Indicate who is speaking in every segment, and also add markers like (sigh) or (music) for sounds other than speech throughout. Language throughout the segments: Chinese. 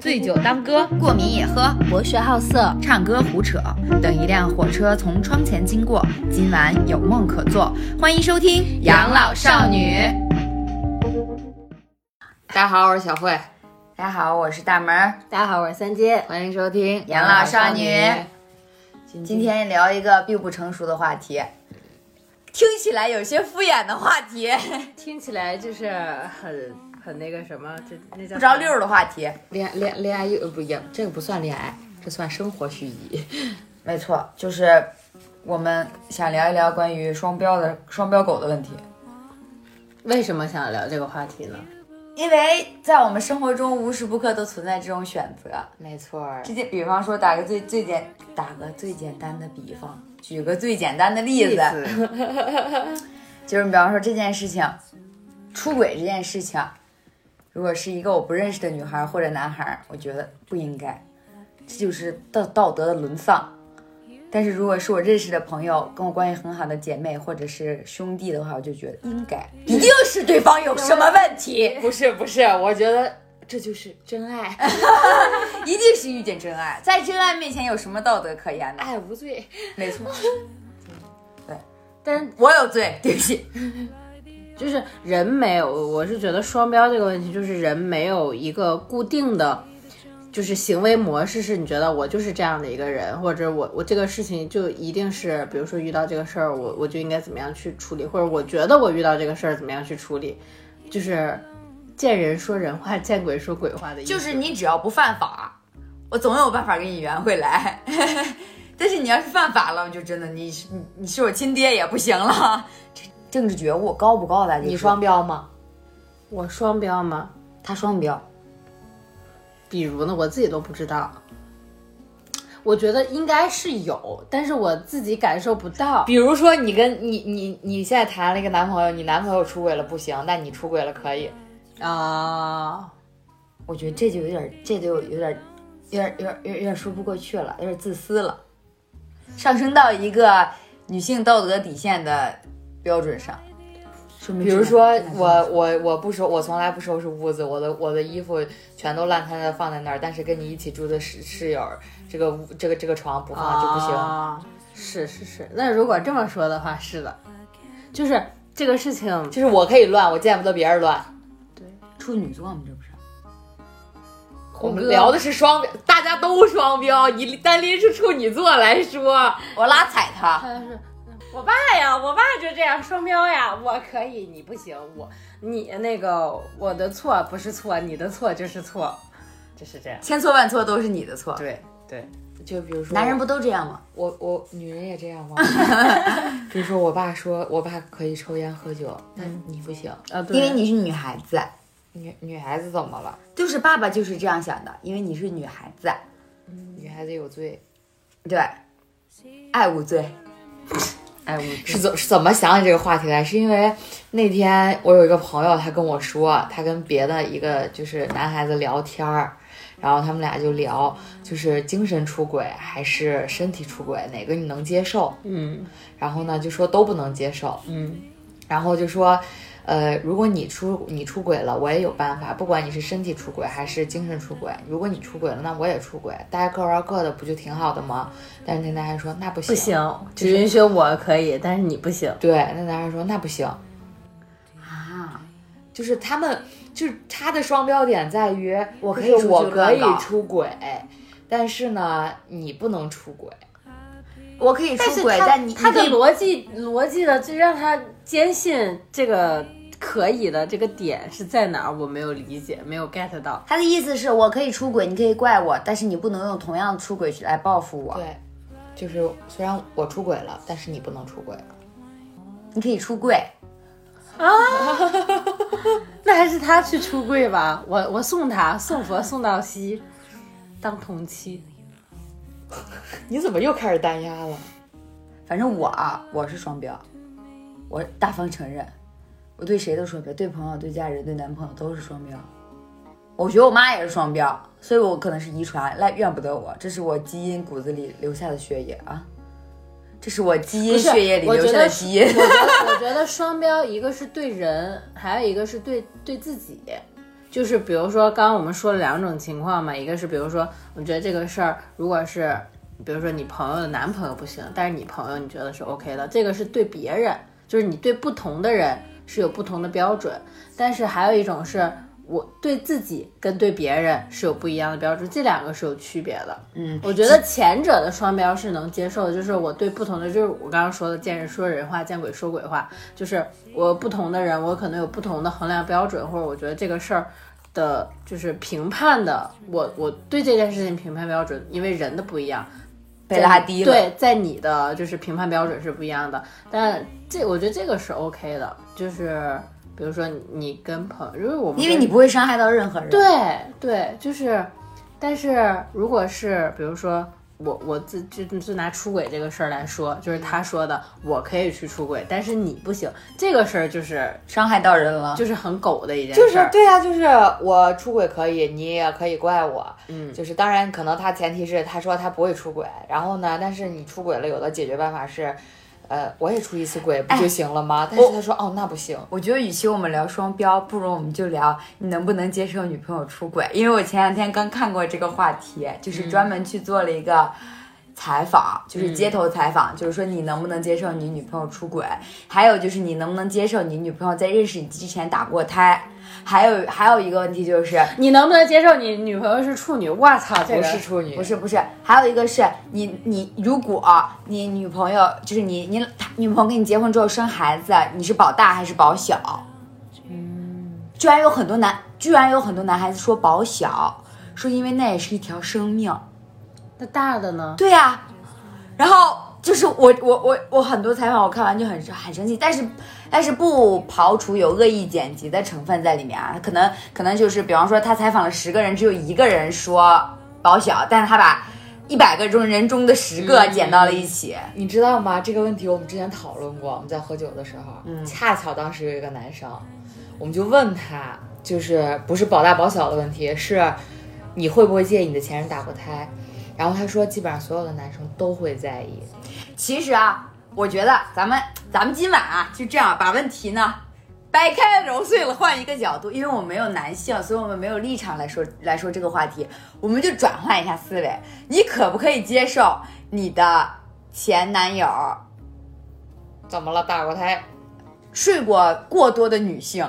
Speaker 1: 醉酒当歌，
Speaker 2: 过敏也喝，
Speaker 3: 博学好色，
Speaker 2: 唱歌胡扯。等一辆火车从窗前经过，今晚有梦可做。欢迎收听《养老少女》。
Speaker 1: 大家好，我是小慧。
Speaker 2: 大家好，我是大门儿。
Speaker 3: 大家好，我是三金。
Speaker 1: 欢迎收听《
Speaker 2: 养老少女
Speaker 1: 今
Speaker 2: 今天聊一个并不成熟的话题，听起来有些敷衍的话题， (laughs)
Speaker 3: 听起来就是很很那个什么，这那叫
Speaker 2: 不着溜儿的话题。
Speaker 1: 恋恋恋爱又呃不也这个不算恋爱，这算生活续集。
Speaker 2: 没错，就是我们想聊一聊关于双标的双标狗的问题。
Speaker 3: (laughs) 为什么想聊这个话题呢？
Speaker 2: 因为在我们生活中无时不刻都存在这种选择。
Speaker 1: 没错儿，
Speaker 2: 直接比方说，打个最最简，打个最简单的比方，举个最简单的例子，就是比方说这件事情，出轨这件事情，如果是一个我不认识的女孩或者男孩，我觉得不应该，这就是道道德的沦丧。但是如果是我认识的朋友，跟我关系很好的姐妹或者是兄弟的话，我就觉得应该，一定是对方有什么问题，
Speaker 1: (laughs) 不是不是，我觉得这就是真
Speaker 3: (laughs)
Speaker 1: 爱，
Speaker 2: 一定是遇见真爱，在真爱面前有什么道德可言呢？
Speaker 1: 爱无罪。
Speaker 2: 没错，
Speaker 3: 但
Speaker 2: 我有罪，对不起。
Speaker 3: 就是人没有，我是觉得双标这个问题，就是人没有一个固定的，就是行为模式，是你觉得我就是这样的一个人，或者我我这个事情就一定是，比如说遇到这个事儿，我我就应该怎么样去处理，或者我觉得我遇到这个事儿怎么样去处理，就是见人说人话，见鬼说鬼话的意思。
Speaker 2: 就是你只要不犯法，我总有办法给你圆回来。 (laughs) 但是你要是犯法了，就真的你是你你是我亲爹也不行了。这政治觉悟高不高来着？
Speaker 1: 你双标吗？
Speaker 3: 我双标吗？
Speaker 2: 他双标，
Speaker 3: 比如呢，我自己都不知道。我觉得应该是有，但是我自己感受不到。
Speaker 1: 比如说你跟你你你现在谈了一个男朋友，你男朋友出轨了不行，但你出轨了可以。
Speaker 3: 啊、
Speaker 2: 我觉得这就有点，这就有点，有点有点有点有点说不过去了，有点自私了，上升到一个女性道德底线的标准上。说明
Speaker 1: 比如
Speaker 2: 这
Speaker 1: 说
Speaker 2: 男的
Speaker 1: 我我我不收，我从来不收拾屋子，我的我的衣服全都烂摊的放在那儿，但是跟你一起住的室室友，这个屋这个这个床不放就不行。
Speaker 3: 啊是是是，那如果这么说的话，是的，就是这个事情，
Speaker 1: 就是我可以乱，我见不得别人乱。
Speaker 2: 处女座嘛，这不是？
Speaker 1: 我们
Speaker 3: 哥
Speaker 1: 聊的是双，大家都双标，你单拎出处女座来说，
Speaker 2: 我拉踩他。
Speaker 3: 他是我爸哎呀，我爸就这样双标呀，我可以，你不行，我你那个我的错不是错，你的错就是错，
Speaker 1: 就是这样。
Speaker 2: 千错万错都是你的错。
Speaker 1: 对对，就比如说
Speaker 2: 男人不都这样吗？
Speaker 1: 我我女人也这样吗？比如说我爸说我爸可以抽烟喝酒，那你不行，
Speaker 3: 啊，对
Speaker 2: 因为你是女孩子，
Speaker 1: 女女孩子怎么了？
Speaker 2: 就是爸爸就是这样想的，因为你是女孩子，
Speaker 1: 女孩子有罪，
Speaker 2: 对，爱无罪。
Speaker 3: 哎，我
Speaker 1: 是怎是怎么想起这个话题来？是因为那天我有一个朋友，他跟我说，他跟别的一个就是男孩子聊天儿，然后他们俩就聊，就是精神出轨还是身体出轨，哪个你能接受？
Speaker 3: 嗯
Speaker 1: 然后呢，就说都不能接受，
Speaker 3: 嗯
Speaker 1: 然后就说，呃，如果你出你出轨了，我也有办法，不管你是身体出轨还是精神出轨，如果你出轨了，那我也出轨，大家各玩各的，不就挺好的吗？但是那男孩说那不行，
Speaker 3: 不行，只允许我可以，但是你不行，
Speaker 1: 对，那男孩说那不行，
Speaker 2: 啊，
Speaker 1: 就是他们就是他的双标点在于，我可以
Speaker 2: 可以出去
Speaker 1: 我可以
Speaker 2: 乱搞
Speaker 1: 出轨，但是呢，你不能出轨。
Speaker 2: 我可以出轨，
Speaker 3: 他
Speaker 2: 但你
Speaker 3: 他的
Speaker 2: 你可以
Speaker 3: 逻辑逻辑呢，就让他坚信这个可以的这个点是在哪儿，我没有理解，没有 get 到。
Speaker 2: 他的意思是我可以出轨，你可以怪我，但是你不能用同样的出轨去来报复我。
Speaker 1: 对，就是虽然我出轨了，但是你不能出轨了。
Speaker 2: 你可以出柜，
Speaker 3: 那还是他去出柜吧，我我送他送佛送到西，当同妻。
Speaker 1: 你怎么又开始单压了？
Speaker 2: 反正我啊，我是双标，我大方承认，我对谁都双标，对朋友、对家人、对男朋友都是双标。我觉得我妈也是双标，所以我可能是遗传，赖怨不得我，这是我基因骨子里留下的血液啊，这是我基因
Speaker 3: 不是
Speaker 2: 血液里
Speaker 3: 我
Speaker 2: 留
Speaker 3: 觉
Speaker 2: 下
Speaker 3: 得
Speaker 2: 的基因
Speaker 3: 我。觉得我觉得双标，一个是对人，还有一个是对对自己。就是比如说，刚刚我们说了两种情况嘛，一个是比如说，我觉得这个事儿如果是，比如说你朋友的男朋友不行，但是你朋友你觉得是 OK 的，这个是对别人，就是你对不同的人是有不同的标准。但是还有一种是我对自己跟对别人是有不一样的标准，这两个是有区别的。
Speaker 2: 嗯，
Speaker 3: 我觉得前者的双标是能接受的，就是我对不同的，就是我刚刚说的见人说人话，见鬼说鬼话，就是我不同的人，我可能有不同的衡量标准，或者我觉得这个事儿的，就是评判的，我我对这件事情评判标准，因为人的不一样，
Speaker 2: 被拉低了。
Speaker 3: 对，在你的就是评判标准是不一样的，但这我觉得这个是 OK 的，就是比如说你跟朋友，因为我们
Speaker 2: 因为你不会伤害到任何人。
Speaker 3: 对对，就是，但是如果是比如说我我自就就拿出轨这个事儿来说，就是他说的，我可以去出轨，但是你不行，这个事儿就是
Speaker 2: 伤害到人了。
Speaker 3: 就是很狗的一件事
Speaker 1: 就是
Speaker 3: 儿，
Speaker 1: 对呀、就是我出轨可以，你也可以怪我。
Speaker 3: 嗯
Speaker 1: 就是当然，可能他前提是他说他不会出轨，然后呢，但是你出轨了，有的解决办法是，呃，我也出一次轨不就行了吗？但是他说哦，那不行。
Speaker 2: 我觉得，与其我们聊双标，不如我们就聊你能不能接受女朋友出轨。因为我前两天刚看过这个话题，就是专门去做了一个采访，就是街头采访，就是说你能不能接受你女朋友出轨，还有就是你能不能接受你女朋友在认识你之前打过胎，还有还有一个问题就是
Speaker 3: 你能不能接受你女朋友是处女？我操，这
Speaker 1: 不
Speaker 3: 个
Speaker 1: 是处女，
Speaker 2: 不是不是，还有一个是你你，如果你女朋友就是你你她女朋友跟你结婚之后生孩子，你是保大还是保小？嗯，居然有很多男，居然有很多男孩子说保小，说因为那也是一条生命。
Speaker 3: 那大的呢？
Speaker 2: 对呀、然后就是我我我我很多采访我看完就很很生气，但是但是不刨除有恶意剪辑的成分在里面啊，可能可能就是比方说他采访了十个人，只有一个人说保小，但是他把一百个中人中的十个剪到了一起，
Speaker 1: 你知道吗？这个问题我们之前讨论过，我们在喝酒的时候，恰巧当时有一个男生，我们就问他，就是不是保大保小的问题，是你会不会介意你的前任打过胎？然后他说，基本上所有的男生都会在意。
Speaker 2: 其实啊，我觉得咱们咱们今晚啊就这样把问题呢掰开揉碎了，换一个角度，因为我们没有男性，所以我们没有立场来说来说这个话题，我们就转换一下思维，你可不可以接受你的前男友
Speaker 1: 怎么了？打过胎？
Speaker 2: 睡过过多的女性？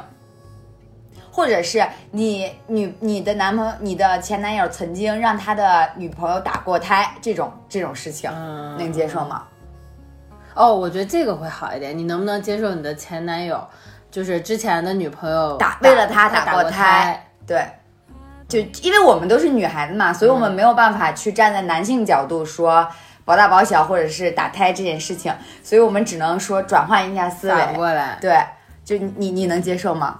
Speaker 2: 或者是你女你的男朋友你的前男友曾经让他的女朋友打过胎这种这种事情，
Speaker 3: 嗯
Speaker 2: 能接受吗？
Speaker 3: 哦，我觉得这个会好一点。你能不能接受你的前男友，就是之前的女朋友
Speaker 2: 打为了他
Speaker 3: 打
Speaker 2: 打
Speaker 3: 过
Speaker 2: 过胎？对，就因为我们都是女孩子嘛，所以我
Speaker 3: 嗯
Speaker 2: 们没有办法去站在男性角度说保大保小或者是打胎这件事情，所以我们只能说转换一下思
Speaker 3: 反
Speaker 2: 维。
Speaker 3: 过来，
Speaker 2: 对，就你你能接受吗？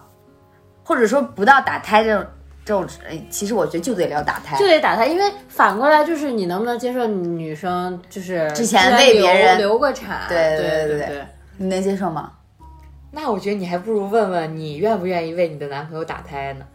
Speaker 2: 或者说不到打胎这种这种，呃其实我觉得就得聊打胎
Speaker 3: 就。得打胎，因为反过来就是你能不能接受女生就是
Speaker 2: 之前为别人
Speaker 3: 留留过产？
Speaker 2: 对对
Speaker 3: 对
Speaker 2: 对
Speaker 3: 对
Speaker 2: 对你能接受吗？
Speaker 1: 那我觉得你还不如问问你愿不愿意为你的男朋友打胎呢，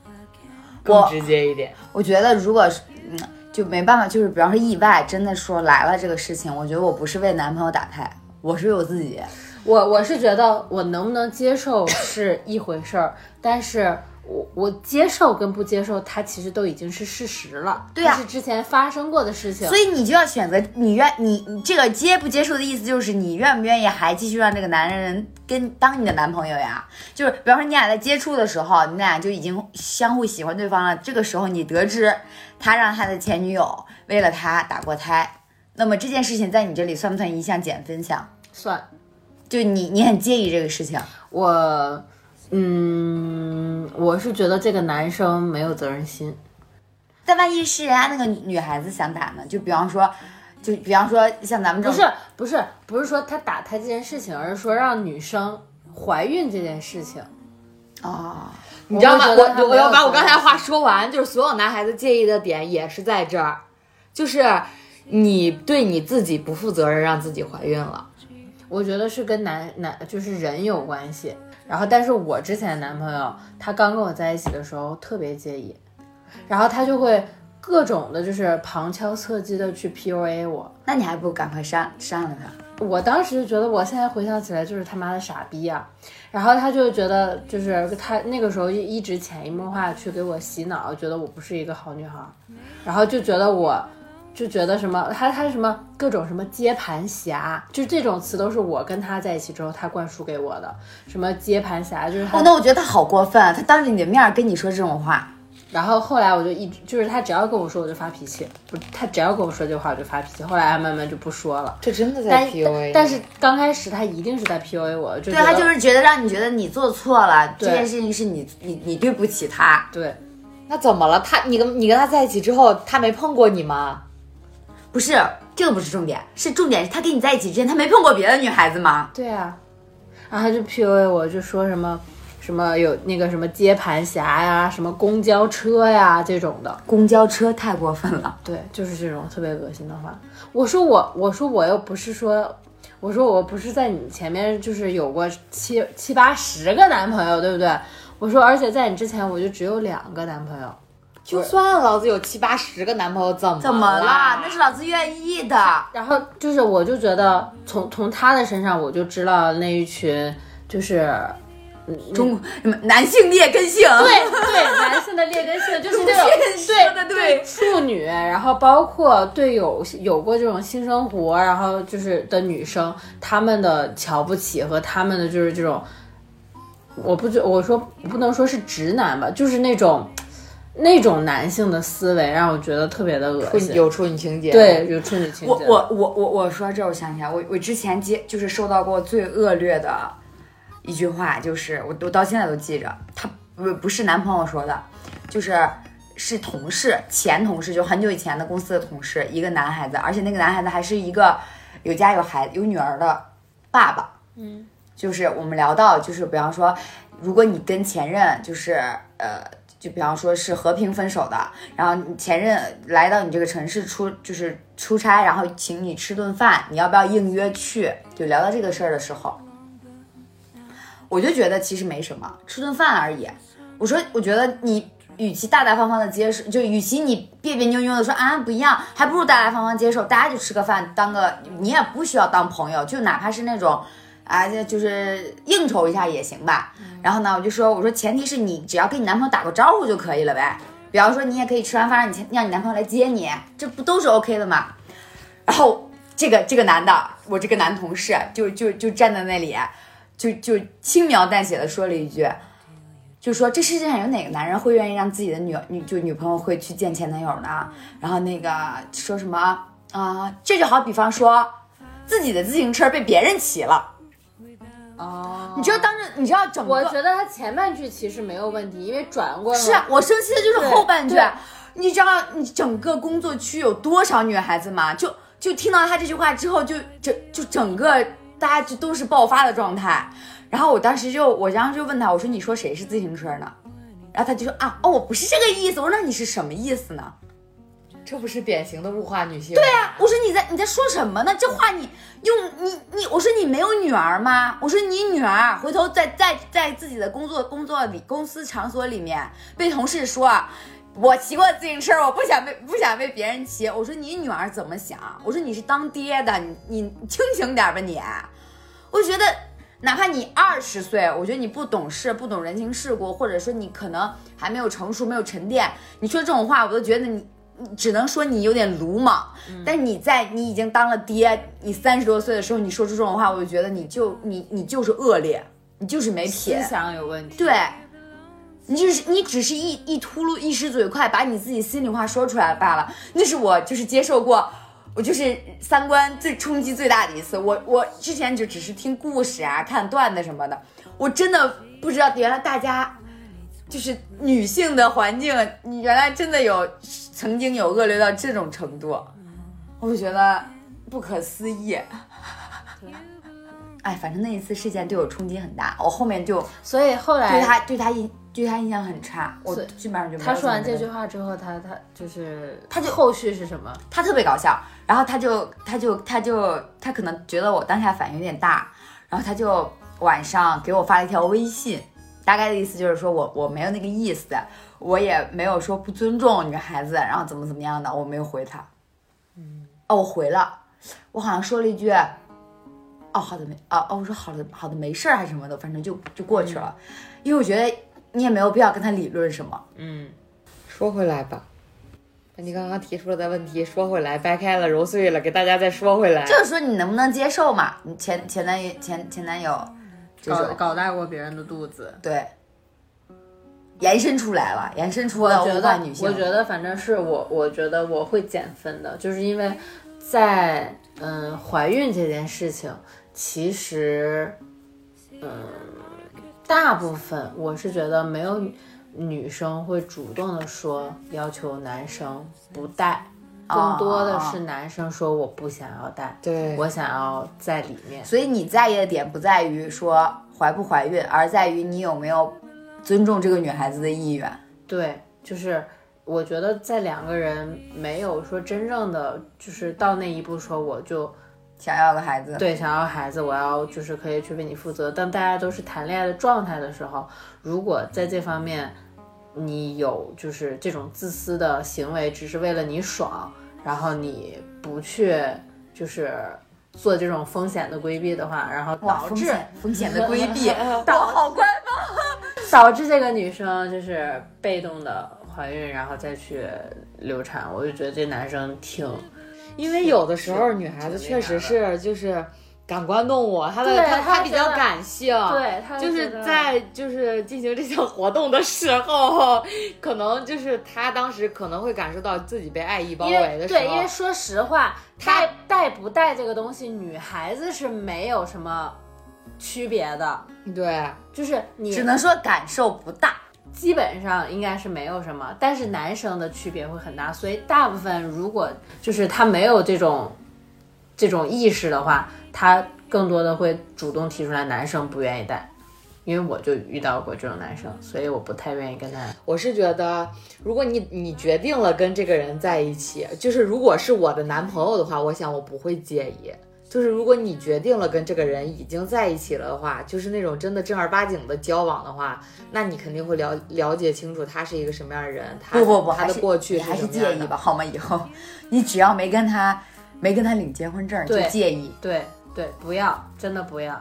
Speaker 1: 更
Speaker 2: 我
Speaker 1: 直接一点。
Speaker 2: 我觉得如果是嗯，就没办法，就是比方说意外真的说来了这个事情，我觉得我不是为男朋友打胎，我是为我自己。
Speaker 3: 我我是觉得我能不能接受是一回事儿，但是我我接受跟不接受，它其实都已经是事实了，
Speaker 2: 对啊
Speaker 3: 它是之前发生过的事情，
Speaker 2: 所以你就要选择你愿你你这个接不接受的意思就是你愿不愿意还继续让这个男人跟当你的男朋友呀？就是比方说你俩在接触的时候，你俩就已经相互喜欢对方了，这个时候你得知他让他的前女友为了他打过胎，那么这件事情在你这里算不算一项减分项？
Speaker 3: 算
Speaker 2: 就你你很介意这个事情，
Speaker 3: 我。嗯，我是觉得这个男生没有责任心，
Speaker 2: 但万一是人家那个女孩子想打呢？就比方说，就比方说像咱们这
Speaker 3: 不
Speaker 2: 种
Speaker 3: 是不是不是说他打胎这件事情，而是说让女生怀孕这件事情。
Speaker 2: 啊、
Speaker 1: 你知道吗？
Speaker 3: 我就觉得他
Speaker 1: 我我
Speaker 3: 没有
Speaker 1: 要把我刚才
Speaker 3: 责任
Speaker 1: 话说完，就是所有男孩子介意的点也是在这儿，就是你对你自己不负责任，让自己怀孕了。
Speaker 3: 我觉得是跟男男就是人有关系。然后，但是我之前的男朋友，他刚跟我在一起的时候特别介意，然后他就会各种的，就是旁敲侧击的去 PUA 我。
Speaker 2: 那你还不赶快删删了他？
Speaker 3: 我当时就觉得，我现在回想起来就是他妈的傻逼啊！然后他就觉得，就是他那个时候一直潜移默化去给我洗脑，觉得我不是一个好女孩，然后就觉得我，就觉得什么他他什么各种什么接盘侠，就这种词都是我跟他在一起之后他灌输给我的。什么接盘侠就是他
Speaker 2: 哦，，那我觉得他好过分啊，他当着你的面儿跟你说这种话，
Speaker 3: 然后后来我就一直就是他只要跟我说我就发脾气，不他只要跟我说这话我就发脾气，后来他慢慢就不说了。
Speaker 1: 这真的在
Speaker 3: 但
Speaker 1: PUA，
Speaker 3: 但是刚开始他一定是在 PUA 我，就
Speaker 2: 对他
Speaker 3: 觉得
Speaker 2: 就是觉得让你觉得你做错了，这
Speaker 3: 对
Speaker 2: 件事情是你你你对不起他。
Speaker 3: 对，
Speaker 1: 那怎么了？他你跟你跟他在一起之后，他没碰过你吗？
Speaker 2: 不是，这个不是重点，是重点是他跟你在一起之前，他没碰过别的女孩子吗？
Speaker 3: 对啊，然后他就 PUA 我，就说什么什么有那个什么接盘侠呀，什么公交车呀这种的，
Speaker 2: 公交车太过分了，
Speaker 3: 对，就是这种特别恶心的话。我说我我说我又不是说。我说我不是在你前面就是有过七七八十个男朋友，对不对？我说，而且在你之前我就只有两个男朋友，
Speaker 1: 就算老子有七八十个男朋友，怎么
Speaker 2: 怎么
Speaker 1: 啦
Speaker 2: 了？？那是老子愿意的。
Speaker 3: 然后就是，我就觉得从从他的身上，我就知道那一群就是 (laughs)
Speaker 2: 中什么男性劣根性？
Speaker 3: 对对男性的劣根性，就是
Speaker 2: (laughs)
Speaker 3: 这种
Speaker 2: 对，说的对。
Speaker 3: 处女，然后包括对有有过这种性生活，然后就是的女生，她们的瞧不起和她们的就是这种，我不觉我说不能说是直男吧，就是那种那种男性的思维让我觉得特别的恶
Speaker 1: 处
Speaker 3: 心。
Speaker 1: 有处女情节，
Speaker 3: 对，有处女情
Speaker 2: 我
Speaker 3: 节，
Speaker 2: 我我我我说这，我想起来，我我之前接就是受到过最恶劣的一句话，就是我我到现在都记着，他不不是男朋友说的，就是是同事前同事，就很久以前的公司的同事，一个男孩子，而且那个男孩子还是一个有家有孩有女儿的爸爸，嗯，就是我们聊到就是比方说，如果你跟前任就是呃。就比方说是和平分手的，然后你前任来到你这个城市出就是出差，然后请你吃顿饭，你要不要应约去？就聊到这个事儿的时候，我就觉得其实没什么，吃顿饭而已。我说，我觉得你与其大大方方的接受，就与其你别别扭扭的说啊不一样，还不如大大方方接受，大家就吃个饭，当个你也不需要当朋友，就哪怕是那种。啊，这就是应酬一下也行吧。然后呢，我就说，我说前提是你只要跟你男朋友打过招呼就可以了呗。比方说，你也可以吃完饭让你前让你男朋友来接你，这不都是 OK 的吗？然后这个这个男的，我这个男同事就就就站在那里，就就轻描淡写的说了一句，就说这世界上有哪个男人会愿意让自己的女女就女朋友会去见前男友呢？然后那个说什么啊、这就好比方说自己的自行车被别人骑了，
Speaker 3: 哦
Speaker 2: 你知道当时你知道整个
Speaker 3: 我觉得他前半句其实没有问题，因为转过来
Speaker 2: 是啊我生气的就是
Speaker 3: 对
Speaker 2: 后半句
Speaker 3: 对。
Speaker 2: 你知道你整个工作区有多少女孩子吗？就就听到他这句话之后，就整就整个大家就都是爆发的状态。然后我当时就我当时就问他，我说你说谁是自行车呢？然后他就说啊哦我不是这个意思。我说那你是什么意思呢？
Speaker 1: 这不是典型的物化女性？对呀、
Speaker 2: 我说你在你在说什么呢？这话你用你你，我说你没有女儿吗？我说你女儿回头在在在自己的工作工作里公司场所里面被同事说，我骑过自行车，我不想被不想被别人骑。我说你女儿怎么想？我说你是当爹的，你你你清醒点吧你。我觉得，哪怕你二十岁，我觉得你不懂事、不懂人情世故，或者说你可能还没有成熟、没有沉淀，你说这种话，我都觉得你，你只能说你有点鲁莽。但你在你已经当了爹，你三十多岁的时候，你说出这种话，我就觉得你就你你就是恶劣，你就是没品
Speaker 3: 思，想有问题。
Speaker 2: 对。你就是你，只是一一秃噜一时嘴快，把你自己心里话说出来罢了。那是我就是接受过，我就是三观最冲击最大的一次。我我之前就只是听故事啊、看段子什么的，我真的不知道原来大家就是女性的环境，你原来真的有曾经有恶劣到这种程度，我就觉得不可思议。哎，反正那一次事件对我冲击很大，我后面就
Speaker 3: 所以后来
Speaker 2: 对他对他印对他印象很差，我
Speaker 3: 是
Speaker 2: 基本上就没有
Speaker 3: 哎他说完
Speaker 2: 怎
Speaker 3: 这
Speaker 2: 么
Speaker 3: 句
Speaker 2: 跟，
Speaker 3: 话之后，他他就是
Speaker 2: 他就
Speaker 3: 后续是什么？
Speaker 2: 他特别搞笑，然后他就他就他就他可能觉得我当下反应有点大，然后他就晚上给我发了一条微信，大概的意思就是说我我没有那个意思，我也没有说不尊重女孩子，然后怎么怎么样的，我没有回他。嗯，哦，我回了，我好像说了一句，哦，好的没，啊，哦，我说好的好的没事儿还是啊什么的，反正就就过去了，因为我觉得你也没有必要跟他理论什么。
Speaker 3: 嗯，
Speaker 1: 说回来吧，把你刚刚提出了的问题说回来，掰开了揉碎了，给大家再说回来。
Speaker 2: 就是说你能不能接受嘛？你前前男友前前男友这
Speaker 3: 搞
Speaker 2: 种
Speaker 3: 搞大过别人的肚子。
Speaker 2: 对，延伸出来了，延伸出
Speaker 3: 我
Speaker 2: 了
Speaker 3: 觉
Speaker 2: 物
Speaker 3: 得
Speaker 2: 化女，性。
Speaker 3: 我觉得反正是我，我觉得我会减分的，就是因为在嗯怀孕这件事情，其实嗯大部分我是觉得没有女女生会主动的说要求男生不带，更多的是男生说我不想要带，
Speaker 1: 对
Speaker 3: 我想要在里面。
Speaker 2: 所以你在意的点不在于说怀不怀孕，而在于你有没有尊重这个女孩子的意愿。
Speaker 3: 对，就是我觉得在两个人没有说真正的就是到那一步，说我就。
Speaker 2: 想要个孩子，
Speaker 3: 对，想要孩子，我要就是可以去为你负责。当大家都是谈恋爱的状态的时候，如果在这方面你有就是这种自私的行为，只是为了你爽，然后你不去就是做这种风险的规避的话，然后
Speaker 2: 哇，
Speaker 3: 导
Speaker 2: 风
Speaker 3: 致
Speaker 2: 险风险的规避，
Speaker 3: 导
Speaker 2: 哇，好乖。
Speaker 3: 导致这个女生就是被动的怀孕，然后再去流产，我就觉得这男生挺
Speaker 1: 因为有的时候女孩子
Speaker 3: 是
Speaker 1: 确实是就是感官动物，她的
Speaker 3: 对
Speaker 1: 她
Speaker 3: 她
Speaker 1: 她比较
Speaker 3: 觉得
Speaker 1: 感性，
Speaker 3: 对，他
Speaker 1: 就是在就是进行这项活动的时候，可能就是她当时可能会感受到自己被爱意包
Speaker 3: 因为
Speaker 1: 围的时候，
Speaker 3: 对，因为说实话，
Speaker 1: 她
Speaker 3: 带带不带这个东西，女孩子是没有什么区别的，
Speaker 1: 对
Speaker 3: 就是你
Speaker 2: 只能说感受不大。
Speaker 3: 基本上应该是没有什么，但是男生的区别会很大，所以大部分如果就是他没有这种这种意识的话，他更多的会主动提出来，男生不愿意带。因为我就遇到过这种男生，所以我不太愿意跟他。
Speaker 1: 我是觉得，如果你你决定了跟这个人在一起，就是如果是我的男朋友的话，我想我不会介意。就是如果你决定了跟这个人已经在一起了的话，就是那种真的正儿八经的交往的话，那你肯定会了了解清楚他是一个什么样的人，他
Speaker 2: 不不不，
Speaker 1: 他
Speaker 2: 还
Speaker 1: 的
Speaker 2: 是
Speaker 1: 过去
Speaker 2: 你还是
Speaker 1: 什么样
Speaker 2: 介
Speaker 1: 的
Speaker 2: 意吧，好吗？以后你只要没跟他没跟他领结婚证，就
Speaker 3: 对
Speaker 2: 介意
Speaker 3: 对对，不要，真的不要。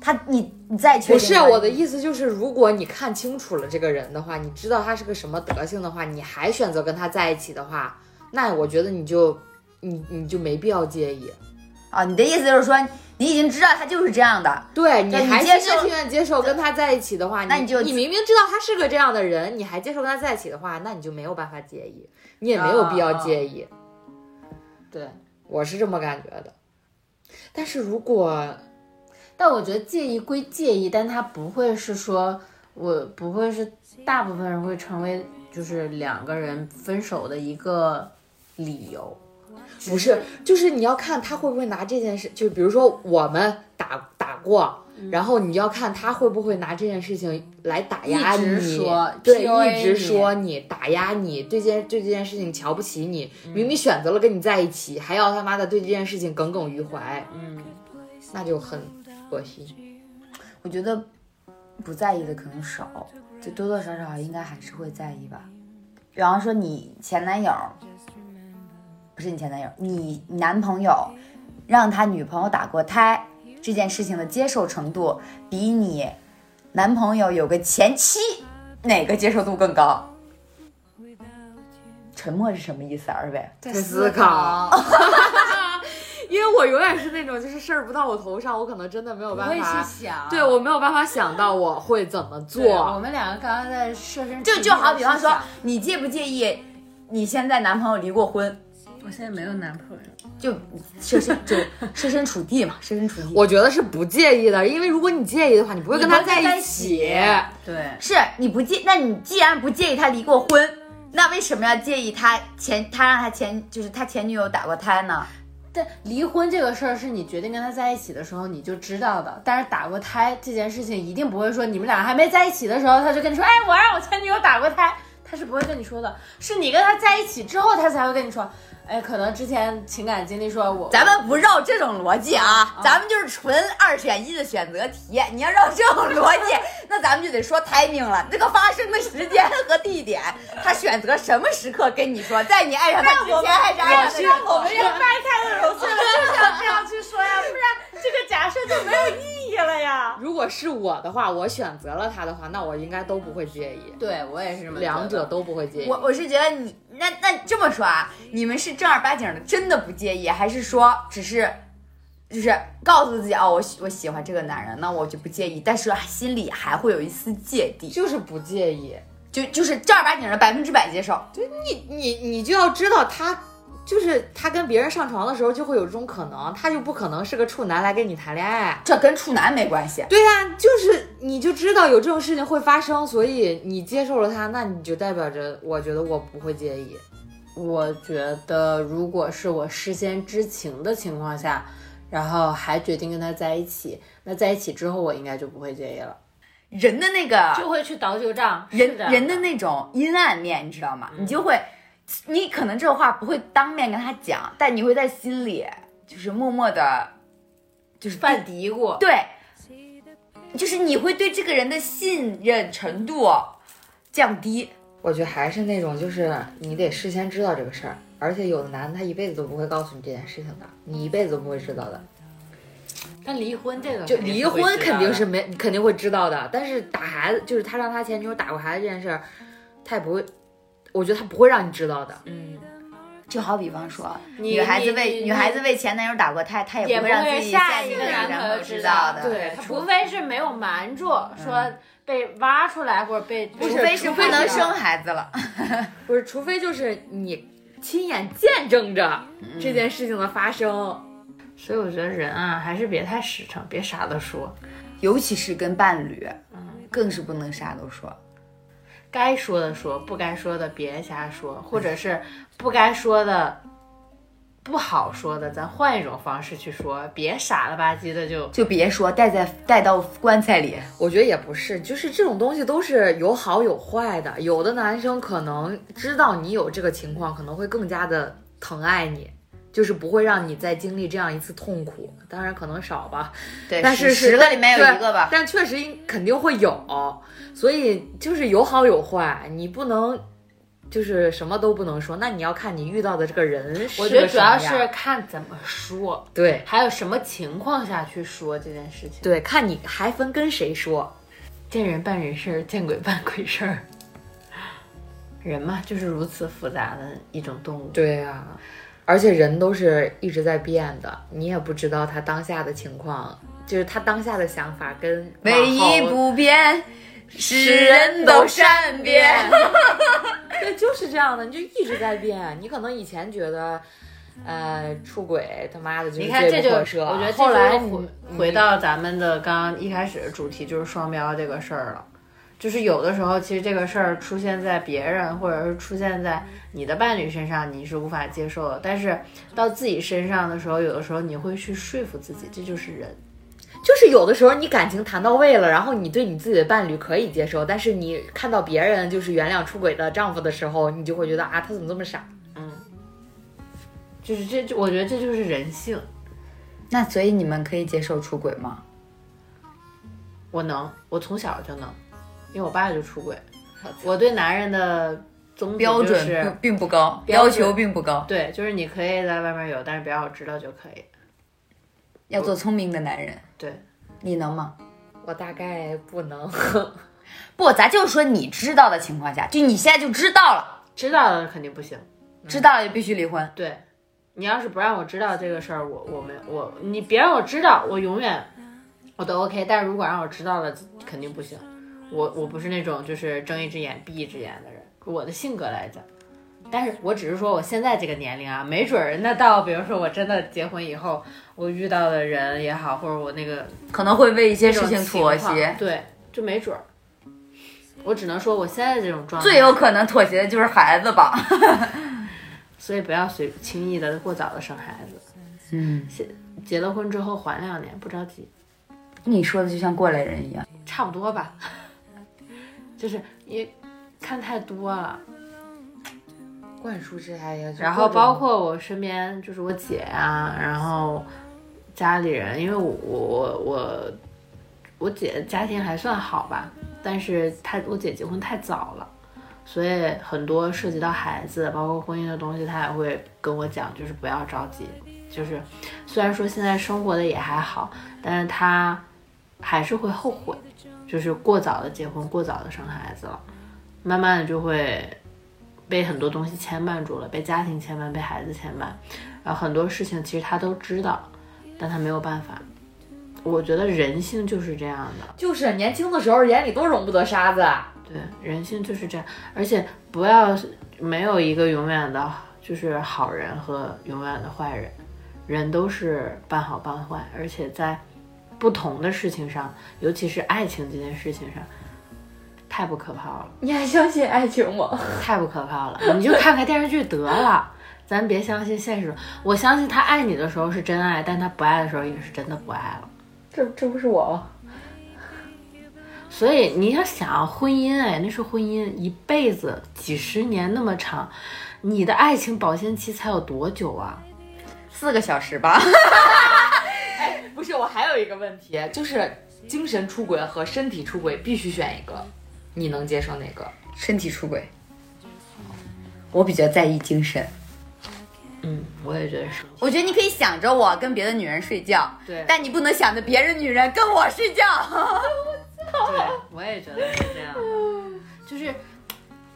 Speaker 2: 他。你你再确
Speaker 1: 不
Speaker 2: 定
Speaker 1: 是
Speaker 2: 他
Speaker 1: 我的意思，就是如果你看清楚了这个人的话，你知道他是个什么德性的话，你还选择跟他在一起的话，那我觉得你就你你就没必要介意。
Speaker 2: 啊，你的意思就是说你已经知道他就是这样的，
Speaker 1: 对你
Speaker 2: 对你
Speaker 1: 还
Speaker 2: 接
Speaker 1: 心
Speaker 2: 受
Speaker 1: 甘情愿接受跟他在一起的话，
Speaker 2: 那你就
Speaker 1: 你明明知道他是个这样的人，你还接受跟他在一起的话，那你就没有办法介意，你也没有必
Speaker 2: 啊
Speaker 1: 要介意，
Speaker 3: 对，
Speaker 1: 我是这么感觉的。但是如果
Speaker 3: 但我觉得介意归介意，但他不会是说我不会是大部分人会成为就是两个人分手的一个理由。
Speaker 1: 不是，就是你要看他会不会拿这件事，就比如说我们打打过，
Speaker 3: 嗯
Speaker 1: 然后你要看他会不会拿这件事情来打压
Speaker 3: 一
Speaker 1: 你，
Speaker 3: 直说
Speaker 1: 对，
Speaker 3: PUA
Speaker 1: 一直说你打压你，对这件对这件事情瞧不起你，
Speaker 3: 嗯
Speaker 1: 明明选择了跟你在一起，还要他妈的对这件事情耿耿于怀，
Speaker 3: 嗯，
Speaker 1: 那就很恶心。
Speaker 2: 我觉得不在意的可能少，就多多少少应该还是会在意吧。比方说你前男友，不是你前男友，你男朋友让他女朋友打过胎这件事情的接受程度，比你男朋友有个前妻哪个接受度更高？沉默是什么意思啊，二位？
Speaker 1: 在思考，因为我永远是那种就是事儿不到我头上，我可能真的没有办法，
Speaker 3: 想
Speaker 1: 对我没有办法想到我会怎么做。
Speaker 3: 我们两个刚刚在设身
Speaker 2: 就就好比方说，你介不介意你现在男朋友离过婚？
Speaker 3: 我现在没有男朋友，
Speaker 2: 就设身就设身处地嘛，设身处地。
Speaker 1: 我觉得是不介意的，因为如果你介意的话，你不会跟他
Speaker 2: 你不会
Speaker 1: 在
Speaker 2: 在
Speaker 1: 一
Speaker 2: 一
Speaker 1: 起
Speaker 2: 起。
Speaker 3: 对，
Speaker 2: 是你不介，那你既然不介意他离过婚，那为什么要介意他前他让他前就是他前女友打过胎呢？
Speaker 3: 但离婚这个事儿是你决定跟他在一起的时候你就知道的，但是打过胎这件事情一定不会说你们俩还没在一起的时候他就跟你说，哎，我让我前女友打过胎，他是不会跟你说的，是你跟他在一起之后他才会跟你说，
Speaker 4: 哎，可能之前情感经历说我
Speaker 2: 咱们不绕这种逻辑啊，咱们就是纯二选一的选择题。你要绕这种逻辑，那咱们就得说 timing 了，这个发生的时间和地点，他选择什么时刻跟你说，在你爱上他之前还是爱上他之
Speaker 3: 让我
Speaker 2: 后？
Speaker 3: 们要掰开了揉碎了，就想这样去说呀，不然这个假设就没有意义了呀。
Speaker 1: 如果是我的话，我选择了他的话，那我应该都不会介意，
Speaker 4: 对我也是这么觉得
Speaker 1: 两者都不会介意。
Speaker 2: 我我是觉得你那那这么说啊，你们是正儿八经的，真的不介意，还是说只是就是告诉自己哦，我喜我喜欢这个男人，那我就不介意，但是啊心里还会有一丝芥蒂，
Speaker 1: 就是不介意。
Speaker 2: 就就是正儿八经的百分之百接受。
Speaker 1: 你你你就要知道他。就是他跟别人上床的时候就会有这种可能，他就不可能是个处男来跟你谈恋爱。
Speaker 2: 这跟处男没关系，
Speaker 1: 对呀、就是你就知道有这种事情会发生，所以你接受了他，那你就代表着我觉得我不会介意。
Speaker 4: 我觉得，如果是我事先知情的情况下，然后还决定跟他在一起，那在一起之后我应该就不会介意了。
Speaker 2: 人的那个
Speaker 3: 就会去倒旧账，是
Speaker 2: 人
Speaker 3: 这样
Speaker 2: 人的那种阴暗面，你知道吗？你就会，你可能这话不会当面跟他讲，但你会在心里就是默默的，就是
Speaker 3: 犯嘀咕，
Speaker 2: 对，就是你会对这个人的信任程度降低。
Speaker 1: 我觉得还是那种，就是你得事先知道这个事儿，而且有的男的他一辈子都不会告诉你这件事情的，你一辈子都不会知道的。
Speaker 3: 但离婚这个
Speaker 1: 就
Speaker 3: 肯定
Speaker 1: 离
Speaker 3: 是会
Speaker 1: 婚
Speaker 3: 知道
Speaker 1: 嗯肯定
Speaker 4: 嗯
Speaker 3: 的
Speaker 1: 是没肯定会知道的，但是打孩子就是他让他前女友打过孩子这件事儿，他也不会，我觉得他不会让你知道的。
Speaker 3: 嗯，
Speaker 2: 就好比方说，
Speaker 4: 你
Speaker 2: 女孩子
Speaker 4: 你
Speaker 2: 为
Speaker 4: 你
Speaker 2: 女孩子为前男友打过胎，她
Speaker 3: 也
Speaker 2: 也
Speaker 3: 不
Speaker 2: 会让
Speaker 3: 会
Speaker 2: 自己
Speaker 3: 下
Speaker 2: 一
Speaker 3: 一
Speaker 2: 个
Speaker 3: 个
Speaker 2: 男朋
Speaker 3: 男朋友
Speaker 2: 知
Speaker 3: 知
Speaker 2: 道
Speaker 3: 道
Speaker 2: 的。
Speaker 1: 对
Speaker 3: 他
Speaker 1: 他
Speaker 3: 除非是没有瞒住，说被挖出来或者被
Speaker 1: 不
Speaker 2: 除
Speaker 1: 是
Speaker 2: 非是
Speaker 1: 除
Speaker 2: 不
Speaker 1: 非
Speaker 2: 能
Speaker 1: 是
Speaker 2: 生孩子了，
Speaker 1: 不是，除非就是你亲眼见证着这件事情的发生。
Speaker 3: 所以我觉得人啊，还是别太实诚，别啥都说，
Speaker 2: 尤其是跟伴侣，更是不能啥都说。
Speaker 3: 该说的说，不该说的别瞎说，或者是不该说的。不好说的，咱换一种方式去说，别傻了吧唧的就
Speaker 2: 就别说带在带到棺材里，
Speaker 1: 我觉得也不是，就是这种东西都是有好有坏的。有的男生可能知道你有这个情况，可能会更加的疼爱你，就是不会让你再经历这样一次痛苦。当然可能少吧，
Speaker 2: 对，
Speaker 1: 但是
Speaker 2: 十
Speaker 1: 是
Speaker 2: 十个里面有一个吧
Speaker 1: 对。但确实应肯定会有，所以就是有好有坏，你不能就是什么都不能说。那你要看你遇到的这个人是
Speaker 3: 我
Speaker 1: 个
Speaker 3: 觉得主
Speaker 1: 什么
Speaker 3: 要
Speaker 1: 样
Speaker 3: 是看怎么说，
Speaker 1: 对
Speaker 3: 还有什么情况下去说这件事情。
Speaker 1: 对，看你还分跟谁说。
Speaker 3: 见人办人事儿，见鬼办鬼事儿。人嘛，就是如此复杂的一种动物。
Speaker 1: 对呀、而且人都是一直在变的，你也不知道他当下的情况，就是他当下的想法跟
Speaker 2: 唯一
Speaker 1: 往后
Speaker 2: 不变是人都善变。
Speaker 1: 对，就是这样的，你就一直在变。你可能以前觉得，呃，出轨他妈的就是
Speaker 3: 你看，这
Speaker 1: 罪
Speaker 3: 就
Speaker 1: 不啊
Speaker 3: 我
Speaker 1: 可赦，
Speaker 3: 觉得这
Speaker 1: 后来
Speaker 3: 就回
Speaker 1: 你
Speaker 3: 回到咱们的刚刚一开始的主题，就是双标这个事儿了。就是有的时候，其实这个事儿出现在别人或者是出现在你的伴侣身上，你是无法接受的。但是到自己身上的时候，有的时候你会去说服自己，这就是人。
Speaker 1: 就是有的时候你感情谈到位了，然后你对你自己的伴侣可以接受，但是你看到别人就是原谅出轨的丈夫的时候，你就会觉得啊，他怎么这么傻？
Speaker 3: 就是这，我觉得这就是人性。
Speaker 2: 那所以你们可以接受出轨吗？
Speaker 3: 我能，我从小就能，因为我爸就出轨。我对男人的宗旨
Speaker 2: 标
Speaker 3: 就
Speaker 2: 准
Speaker 3: 是
Speaker 2: 不并不高，
Speaker 3: 标
Speaker 2: 要
Speaker 3: 准
Speaker 2: 求并不高，
Speaker 3: 对，就是你可以在外面有，但是不要我知道就可以。
Speaker 2: 要做聪明的男人。
Speaker 3: 对，
Speaker 2: 你能吗？
Speaker 1: 我大概不能，
Speaker 2: 不，咱就说你知道的情况下，就你现在就知道了，
Speaker 3: 知道了肯定不行。
Speaker 2: 知道了就必须离婚。
Speaker 3: 对，你要是不让我知道这个事儿，我我没我你别让我知道，我永远我都 OK。但是如果让我知道了，肯定不行。我我不是那种就是睁一只眼闭一只眼的人，我的性格来讲。但是我只是说我现在这个年龄啊，没准儿那到比如说我真的结婚以后，我遇到的人也好，或者我那个
Speaker 2: 可能会为一些
Speaker 3: 这
Speaker 2: 事
Speaker 3: 种
Speaker 2: 情
Speaker 3: 情
Speaker 2: 妥
Speaker 3: 况
Speaker 2: 协，
Speaker 3: 对，就没准儿。我只能说我现在这种状态
Speaker 2: 最有可能妥协的就是孩子吧。
Speaker 3: 所以不要随轻易的过早的生孩子。
Speaker 2: 嗯，
Speaker 3: 结结了婚之后缓两年，不着急，
Speaker 2: 你说的就像过来人一样。
Speaker 3: 差不多吧。 (laughs) 就是也看太多了，
Speaker 1: 灌输这些呀，
Speaker 3: (laughs)
Speaker 1: 就
Speaker 3: 然后
Speaker 1: 各种
Speaker 3: 包括我身边就是我姐啊，然后家里人，因为我我我我姐家庭还算好吧，但是她我姐结婚太早了，所以很多涉及到孩子，包括婚姻的东西，她也会跟我讲，就是不要着急，就是虽然说现在生活的也还好，但是她还是会后悔，就是过早的结婚，过早的生孩子了，慢慢的就会被很多东西牵绊住了，被家庭牵绊，被孩子牵绊，然后很多事情其实他都知道，但他没有办法。我觉得人性就是这样的，
Speaker 1: 就是年轻的时候眼里都容不得沙子，
Speaker 3: 对，人性就是这样，而且不要没有一个永远的就是好人和永远的坏人，人都是半好半坏，而且在不同的事情上，尤其是爱情这件事情上，太不可靠了。
Speaker 1: 你还相信爱情吗？ (laughs)
Speaker 3: 太不可靠了，你就看看电视剧得了， (laughs) 咱别相信现实。我相信他爱你的时候是真爱，但他不爱的时候也是真的不爱了。
Speaker 1: 这这不是我吗？
Speaker 3: 所以你要想婚姻，哎，那是婚姻，一辈子几十年那么长，你的爱情保鲜期才有多久啊？
Speaker 2: 四个小时吧。
Speaker 1: (laughs)
Speaker 2: (laughs)
Speaker 1: 不是，我还有一个问题，就是精神出轨和身体出轨必须选一个，你能接受哪个？
Speaker 2: 身体出轨，我比较在意精神。
Speaker 3: 嗯，我也觉得是。
Speaker 2: 我觉得你可以想着我跟别的女人睡觉，
Speaker 3: 对
Speaker 2: 但你不能想着别人女人跟我睡觉。
Speaker 3: 对，我也觉得是这样的，就是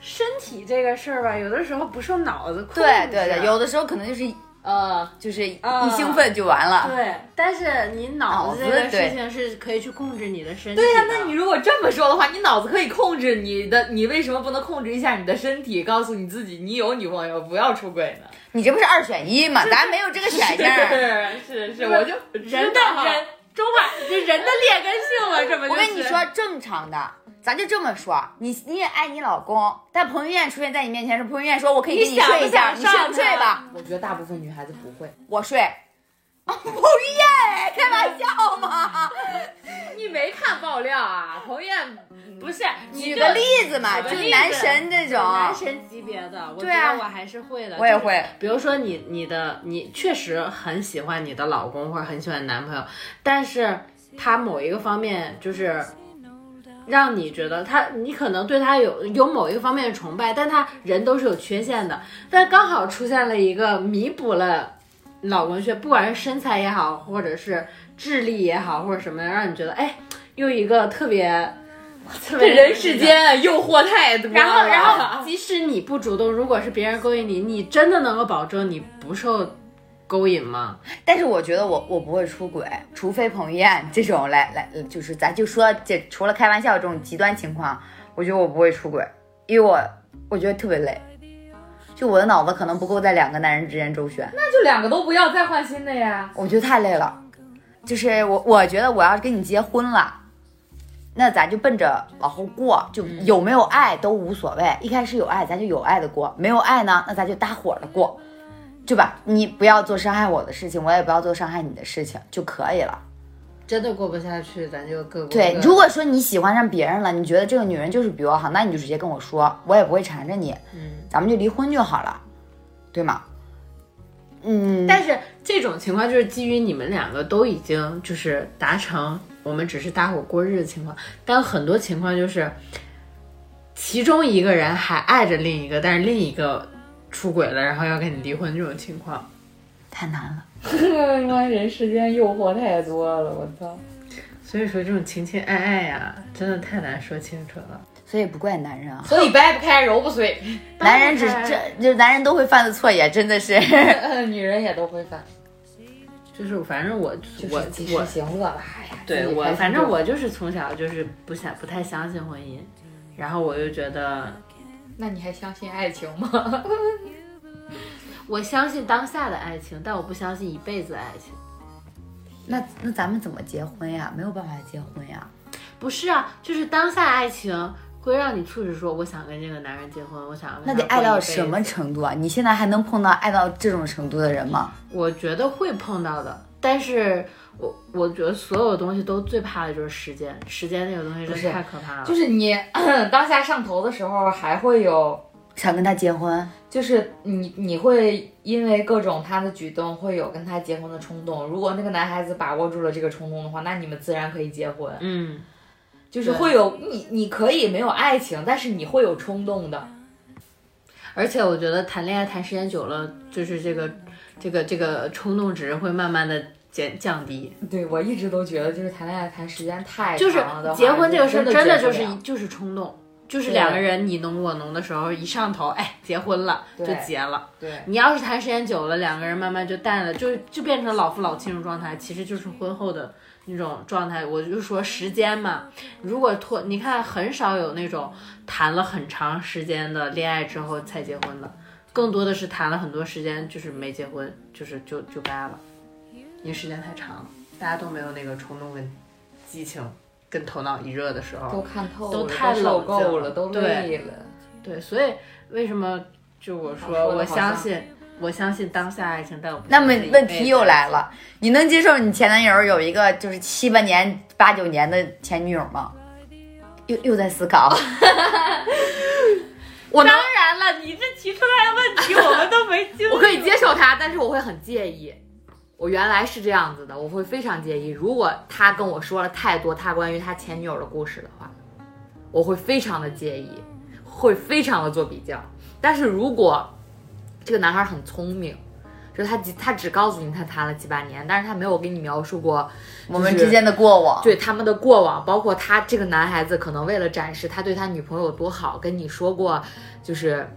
Speaker 3: 身体这个事儿吧，有的时候不受脑子控制。
Speaker 2: 对对 (laughs) 对，有的时候可能就是
Speaker 1: 呃，
Speaker 2: 就是一
Speaker 3: 啊
Speaker 2: 一兴奋就完了。
Speaker 3: 对，但是你脑子这
Speaker 2: 脑
Speaker 3: 个
Speaker 2: 子对
Speaker 3: 事情是可以去控制你的身体的。
Speaker 1: 对呀、那你如果这么说的话，你脑子可以控制你的，你为什么不能控制一下你的身体？告诉你自己，你有女朋友，不要出轨呢？
Speaker 2: 你这不是二选一吗？咱没有这个选
Speaker 3: (laughs)
Speaker 2: 项儿。
Speaker 1: (laughs) 是是是，我就
Speaker 3: 人的人，中华这人的劣根性了，这不、就
Speaker 2: 我
Speaker 3: 是
Speaker 2: 跟你说，，正常的，咱就这么说，你你也爱你老公，但彭于晏出现在你面前时，彭于晏说：“我可以
Speaker 3: 你
Speaker 2: 跟
Speaker 3: 想
Speaker 2: 睡
Speaker 3: 不
Speaker 2: 一觉，
Speaker 3: 想
Speaker 2: 你
Speaker 3: 上
Speaker 2: 睡不睡
Speaker 3: 他
Speaker 2: 吧
Speaker 1: 我觉得大部分女孩子不 (laughs) 会。？”
Speaker 2: 我睡。啊彭于晏，开玩笑吗？
Speaker 1: 你没看爆料啊？彭于晏
Speaker 3: 不是
Speaker 2: 举
Speaker 3: 嗯举
Speaker 2: 个例子嘛，
Speaker 3: 举
Speaker 2: 就
Speaker 3: 个例
Speaker 2: 是
Speaker 3: 子
Speaker 2: 男神这种，
Speaker 3: 男神级别的，我觉
Speaker 2: 对啊
Speaker 3: 得我还是会的，
Speaker 2: 我也
Speaker 3: 就是
Speaker 2: 会。
Speaker 3: 比如说你你的你确实很喜欢你的老公或者很喜欢你男朋友，但是他某一个方面就是让你觉得他你可能对他有有某一个方面的崇拜，但他人都是有缺陷的，但刚好出现了一个弥补了老公缺，不管是身材也好，或者是智力也好，或者什么样，让你觉得哎又一个特别。特
Speaker 1: 这
Speaker 3: 别
Speaker 1: 人世间诱惑太多了。
Speaker 3: 然后，然后，即使你不主动，如果是别人勾引你，你真的能够保证你不受勾引吗？
Speaker 2: 但是我觉得我我不会出轨，除非彭于晏这种来来，就是咱就说这除了开玩笑这种极端情况，我觉得我不会出轨，因为我我觉得特别累，就我的脑子可能不够在两个男人之间周旋，
Speaker 1: 那就两个都不要，再换新的呀。
Speaker 2: 我觉得太累了。就是我我觉得我要是跟你结婚了，那咱就奔着往后过，就有没有爱都无所谓。一开始有爱，咱就有爱的过；没有爱呢，那咱就搭伙的过，对吧？你不要做伤害我的事情，我也不要做伤害你的事情就可以了。
Speaker 3: 真的过不下去，咱就各过各
Speaker 2: 对，如果说你喜欢上别人了，你觉得这个女人就是比我好，那你就直接跟我说，我也不会缠着你，
Speaker 3: 嗯，
Speaker 2: 咱们就离婚就好了，对吗？嗯，
Speaker 3: 但是这种情况就是基于你们两个都已经就是达成，我们只是搭伙过日的情况，但很多情况就是，其中一个人还爱着另一个，但是另一个出轨了，然后要跟你离婚这种情况，
Speaker 2: 太难了。
Speaker 1: 他妈人世间诱惑太多了，我操！
Speaker 3: 所以说这种情情爱爱呀、真的太难说清楚了。
Speaker 2: 所以不怪男人啊，
Speaker 1: 所以掰不开，揉不碎，
Speaker 2: 男人只这就是男人都会犯的错也真的是，
Speaker 1: (laughs) 女人也都会犯。
Speaker 3: 就是反正我、
Speaker 1: 就是
Speaker 3: 我
Speaker 1: 及
Speaker 3: 我
Speaker 1: 时行乐吧，哎呀，
Speaker 3: 对
Speaker 1: 自己
Speaker 3: 我
Speaker 1: 开，心
Speaker 3: 反正
Speaker 1: 就好
Speaker 3: 我就是从小就是不想不太相信婚姻，然后我又觉得
Speaker 1: 那你还相信爱情吗？ (laughs)
Speaker 3: 我相信当下的爱情，但我不相信一辈子的爱情。
Speaker 2: (laughs) 那那咱们怎么结婚呀？没有办法结婚呀。
Speaker 3: 不是啊，就是当下爱情会让你促使说，我想跟这个男人结婚，我想要跟
Speaker 2: 那
Speaker 3: 他
Speaker 2: 得爱
Speaker 3: 过一
Speaker 2: 到
Speaker 3: 辈
Speaker 2: 什么
Speaker 3: 子
Speaker 2: 程度啊？你现在还能碰到爱到这种程度的人吗？
Speaker 3: 我觉得会碰到的，但是我我觉得所有东西都最怕的就是时间，时间这个东西
Speaker 1: 不
Speaker 3: 真
Speaker 1: 是 (coughs)
Speaker 3: 的太可怕了。
Speaker 1: 就是你当下上头的时候，还会有
Speaker 2: 想跟他结婚，
Speaker 1: 就是你你会因为各种他的举动会有跟他结婚的冲动。如果那个男孩子把握住了这个冲动的话，那你们自然可以结婚。
Speaker 3: 嗯，
Speaker 1: 就是会有你你可以没有爱情，但是你会有冲动的。
Speaker 3: 而且我觉得谈恋爱谈时间久了，就是这个这个这个冲动值会慢慢的减降低。
Speaker 1: 对我一直都觉得，就是谈恋爱谈时间太
Speaker 3: 就是
Speaker 1: 长了的话
Speaker 3: 结婚这个事儿，
Speaker 1: 真
Speaker 3: 真的
Speaker 1: 的
Speaker 3: 就
Speaker 1: 结
Speaker 3: 是
Speaker 1: 不了
Speaker 3: 就是冲动，就是
Speaker 1: 对
Speaker 3: 两个人你侬我侬的时候一上头，哎，结婚了就
Speaker 1: 对
Speaker 3: 结了。
Speaker 1: 对
Speaker 3: 你要是谈时间久了，两个人慢慢就淡了，就就变成老夫老妻那种状态，其实就是婚后的那种状态。我就说时间嘛，如果拖，你看很少有那种谈了很长时间的恋爱之后才结婚的，更多的是谈了很多时间就是没结婚，就是就就掰了，因为时间太长了，大家都没有那个冲动跟激情跟头脑一热的时候。
Speaker 1: 都看透了，
Speaker 3: 都太
Speaker 1: 受
Speaker 3: 冷静
Speaker 1: 够
Speaker 3: 了
Speaker 1: 都
Speaker 3: 对
Speaker 1: 累了。
Speaker 3: 对，所以为什么就我说
Speaker 1: 说得
Speaker 3: 我
Speaker 1: 好
Speaker 3: 相
Speaker 1: 像
Speaker 3: 信我相信当下爱情，但我不
Speaker 2: 那
Speaker 3: 相
Speaker 2: 么
Speaker 3: 信一
Speaker 2: 问
Speaker 3: 辈
Speaker 2: 题
Speaker 3: 子
Speaker 2: 又
Speaker 3: 爱
Speaker 2: 来
Speaker 3: 情 (laughs)
Speaker 2: 了，你能接受你前男友有一个就是七八年、八九年的前女友吗？又又在思考，我能，
Speaker 3: 当然了，你这提出来的问题我们都没经历。
Speaker 1: 我可以接受他，但是我会很介意。我原来是这样子的，我会非常介意。如果他跟我说了太多他关于他前女友的故事的话，我会非常的介意，会非常的做比较。但是如果这个男孩很聪明，就是他只他只告诉你他谈了几八年，但是他没有给你描述过
Speaker 2: 我们之间的过往，
Speaker 1: 对他们的过往，包括他这个男孩子可能为了展示他对他女朋友有多好，跟你说过，就是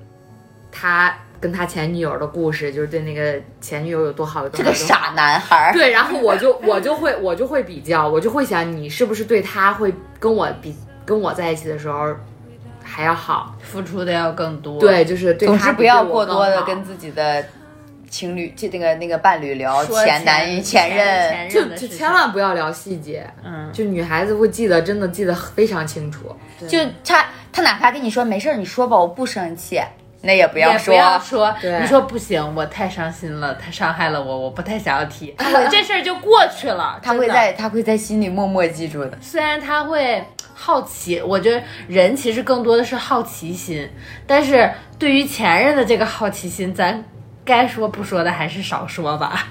Speaker 1: 他跟他前女友的故事，就是对那个前女友有多好，有多
Speaker 2: 这
Speaker 1: 好
Speaker 2: 个。傻男孩儿，
Speaker 1: 对，然后我就我就会我就会比较，我就会想你是不是对他会跟我比跟我在一起的时候还要好？
Speaker 3: 付出的要更多。
Speaker 1: 对，就是对
Speaker 2: 总
Speaker 1: 他
Speaker 2: 之
Speaker 1: 比
Speaker 2: 不要
Speaker 1: 对我
Speaker 2: 过
Speaker 1: 更
Speaker 2: 多的
Speaker 1: 好
Speaker 2: 跟自己的情侣，就那个那个伴侣聊
Speaker 3: 说
Speaker 2: 前男前任，
Speaker 3: 前
Speaker 1: 就
Speaker 3: 任的
Speaker 1: 就
Speaker 3: 事情
Speaker 1: 千万不要聊细节，
Speaker 3: 嗯，
Speaker 1: 就女孩子会记得真的记得非常清楚。
Speaker 2: 就他他哪怕跟你说没事儿，你说吧，我不生气，那也不
Speaker 3: 也
Speaker 2: 要
Speaker 3: 不
Speaker 2: 说，
Speaker 3: 要说，
Speaker 1: 对
Speaker 3: 你说不行，我太伤心了，他伤害了我，我不太想要提， (laughs) 这事儿就过去了。
Speaker 2: 他会
Speaker 3: 真的
Speaker 2: 在他会在心里默默记住的。
Speaker 3: 虽然他会好奇，我觉得人其实更多的是好奇心，但是对于前任的这个好奇心，咱该说不说的还是少说吧。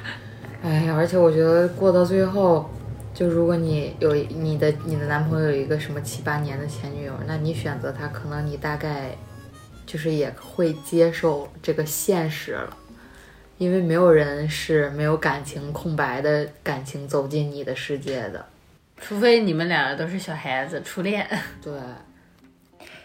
Speaker 1: 哎呀，而且我觉得过到最后，就如果你有你的你的男朋友有一个什么七八年的前女友，那你选择他，可能你大概就是也会接受这个现实了，因为没有人是没有感情空白的感情走进你的世界的。
Speaker 3: (laughs) 除非你们两个都是小孩子初恋，
Speaker 1: 对，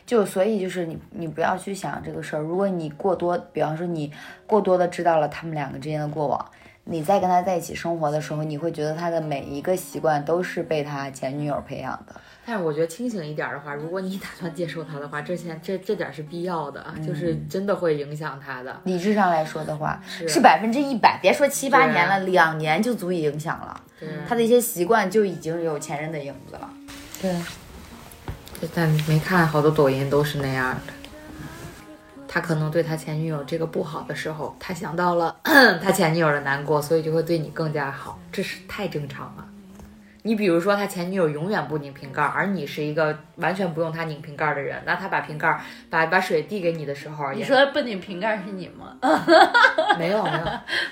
Speaker 2: 就所以就是你你不要去想这个事儿。如果你过多，比方说你过多的知道了他们两个之间的过往，你再跟他在一起生活的时候，你会觉得他的每一个习惯都是被他前女友培养的。
Speaker 1: 但是我觉得清醒一点的话，如果你打算接受他的话，这些这这点是必要的，啊就是真的会影响他的。
Speaker 2: 理智上来说的话，是啊百分之一百，别说七八年了，两年就足以影响了。他的一些习惯就已经有前任的影子了。
Speaker 1: 但没看好多抖音都是那样的。他可能对他前女友这个不好的时候，他想到了 (clears throat) 他前女友的难过，所以就会对你更加好，这是太正常了。你比如说，他前女友永远不拧瓶盖，而你是一个完全不用他拧瓶盖的人，那他把瓶盖把把水递给你的时候，
Speaker 3: (laughs) 你
Speaker 1: 也
Speaker 3: 说不拧瓶盖是你吗？ (laughs)
Speaker 1: 没有没有，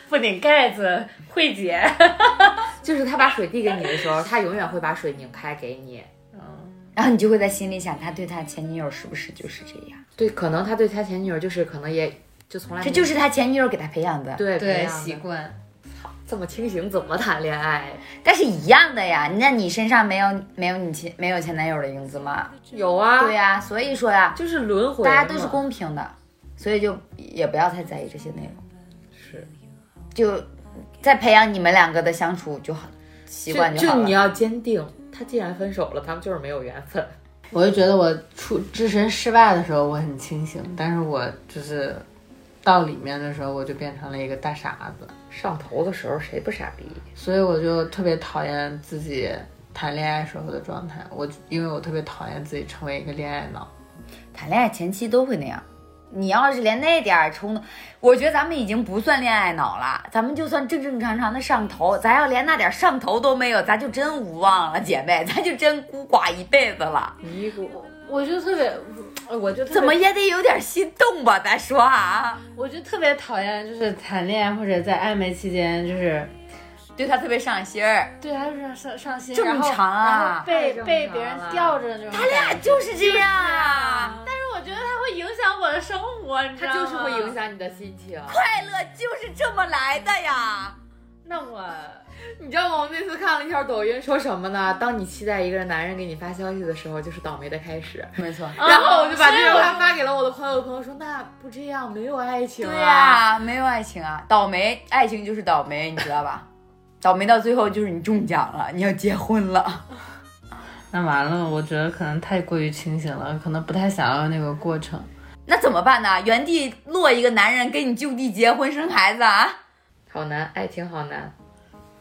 Speaker 3: 不拧盖子，慧姐。
Speaker 1: (laughs) 就是他把水递给你的时候，他永远会把水拧开给你。
Speaker 2: 然后你就会在心里想，他对他前女友是不是就是这样？
Speaker 1: 对，可能他对他前女友就是可能也就从来
Speaker 2: 这
Speaker 1: 没
Speaker 2: 就是他前女友给他培养的。
Speaker 1: 嗯对培
Speaker 3: 对，
Speaker 1: 养的
Speaker 3: 习惯。
Speaker 1: 这么清醒怎么谈恋爱？
Speaker 2: 但是一样的呀，那你身上没有没有你前没有前男友的影子吗？
Speaker 1: 有啊，
Speaker 2: 对呀、所以说呀，
Speaker 1: 就是轮回嘛，
Speaker 2: 大家都是公平的，所以就也不要太在意这些内容，
Speaker 1: 是
Speaker 2: 就再培养你们两个的相处就好，习惯
Speaker 1: 就
Speaker 2: 好了。
Speaker 1: 你要坚定，他既然分手了，他们就是没有缘分。
Speaker 3: 我就觉得我出置身事外的时候我很清醒，但是我就是到里面的时候我就变成了一个大傻子，
Speaker 1: 上头的时候谁不傻逼？
Speaker 3: 所以我就特别讨厌自己谈恋爱时候的状态。我因为我特别讨厌自己成为一个恋爱脑。
Speaker 2: 谈恋爱前期都会那样。你要是连那点儿冲动，我觉得咱们已经不算恋爱脑了，咱们就算正正常常的上头。咱要连那点儿上头都没有，咱就真无望了，姐妹，咱就真孤寡一辈子了。
Speaker 1: 尼姑，
Speaker 3: 我就特别，我就特别
Speaker 2: 怎么也得有点心动吧？咱说啊，
Speaker 3: 我就特别讨厌，就是谈恋爱或者在暧昧期间，就是
Speaker 2: 对他特别上心儿。
Speaker 3: 对他就是上上心，
Speaker 2: 正
Speaker 3: 然后
Speaker 2: 常啊
Speaker 3: 然后
Speaker 4: 太
Speaker 3: 被
Speaker 4: 正常
Speaker 3: 被别人
Speaker 4: 了
Speaker 3: 吊着那种感觉。
Speaker 2: 他俩就是这样啊，
Speaker 3: 但是我觉得他会影响我的生活，你知道吗？
Speaker 1: 它就是会影。响你的心情。
Speaker 2: 快乐就是这么来的呀。
Speaker 3: 那我
Speaker 1: 你知道吗？我那次看了一条抖音，说什么呢？当你期待一个男人给你发消息的时候，就是倒霉的开始。
Speaker 2: 没错，
Speaker 1: 然后我就把这
Speaker 3: 所以
Speaker 1: 句
Speaker 3: 我
Speaker 1: 话发给了我的朋友，朋友说那不这样，没有爱情、啊。
Speaker 2: 对呀、没有爱情啊，倒霉，爱情就是倒霉，你知道吧？倒霉到最后就是你中奖了，你要结婚了。
Speaker 3: 那完了，我觉得可能太过于清醒了，可能不太想要那个过程。
Speaker 2: 那怎么办呢？原地落一个男人跟你就地结婚生孩子啊？
Speaker 1: 好难，爱情好难。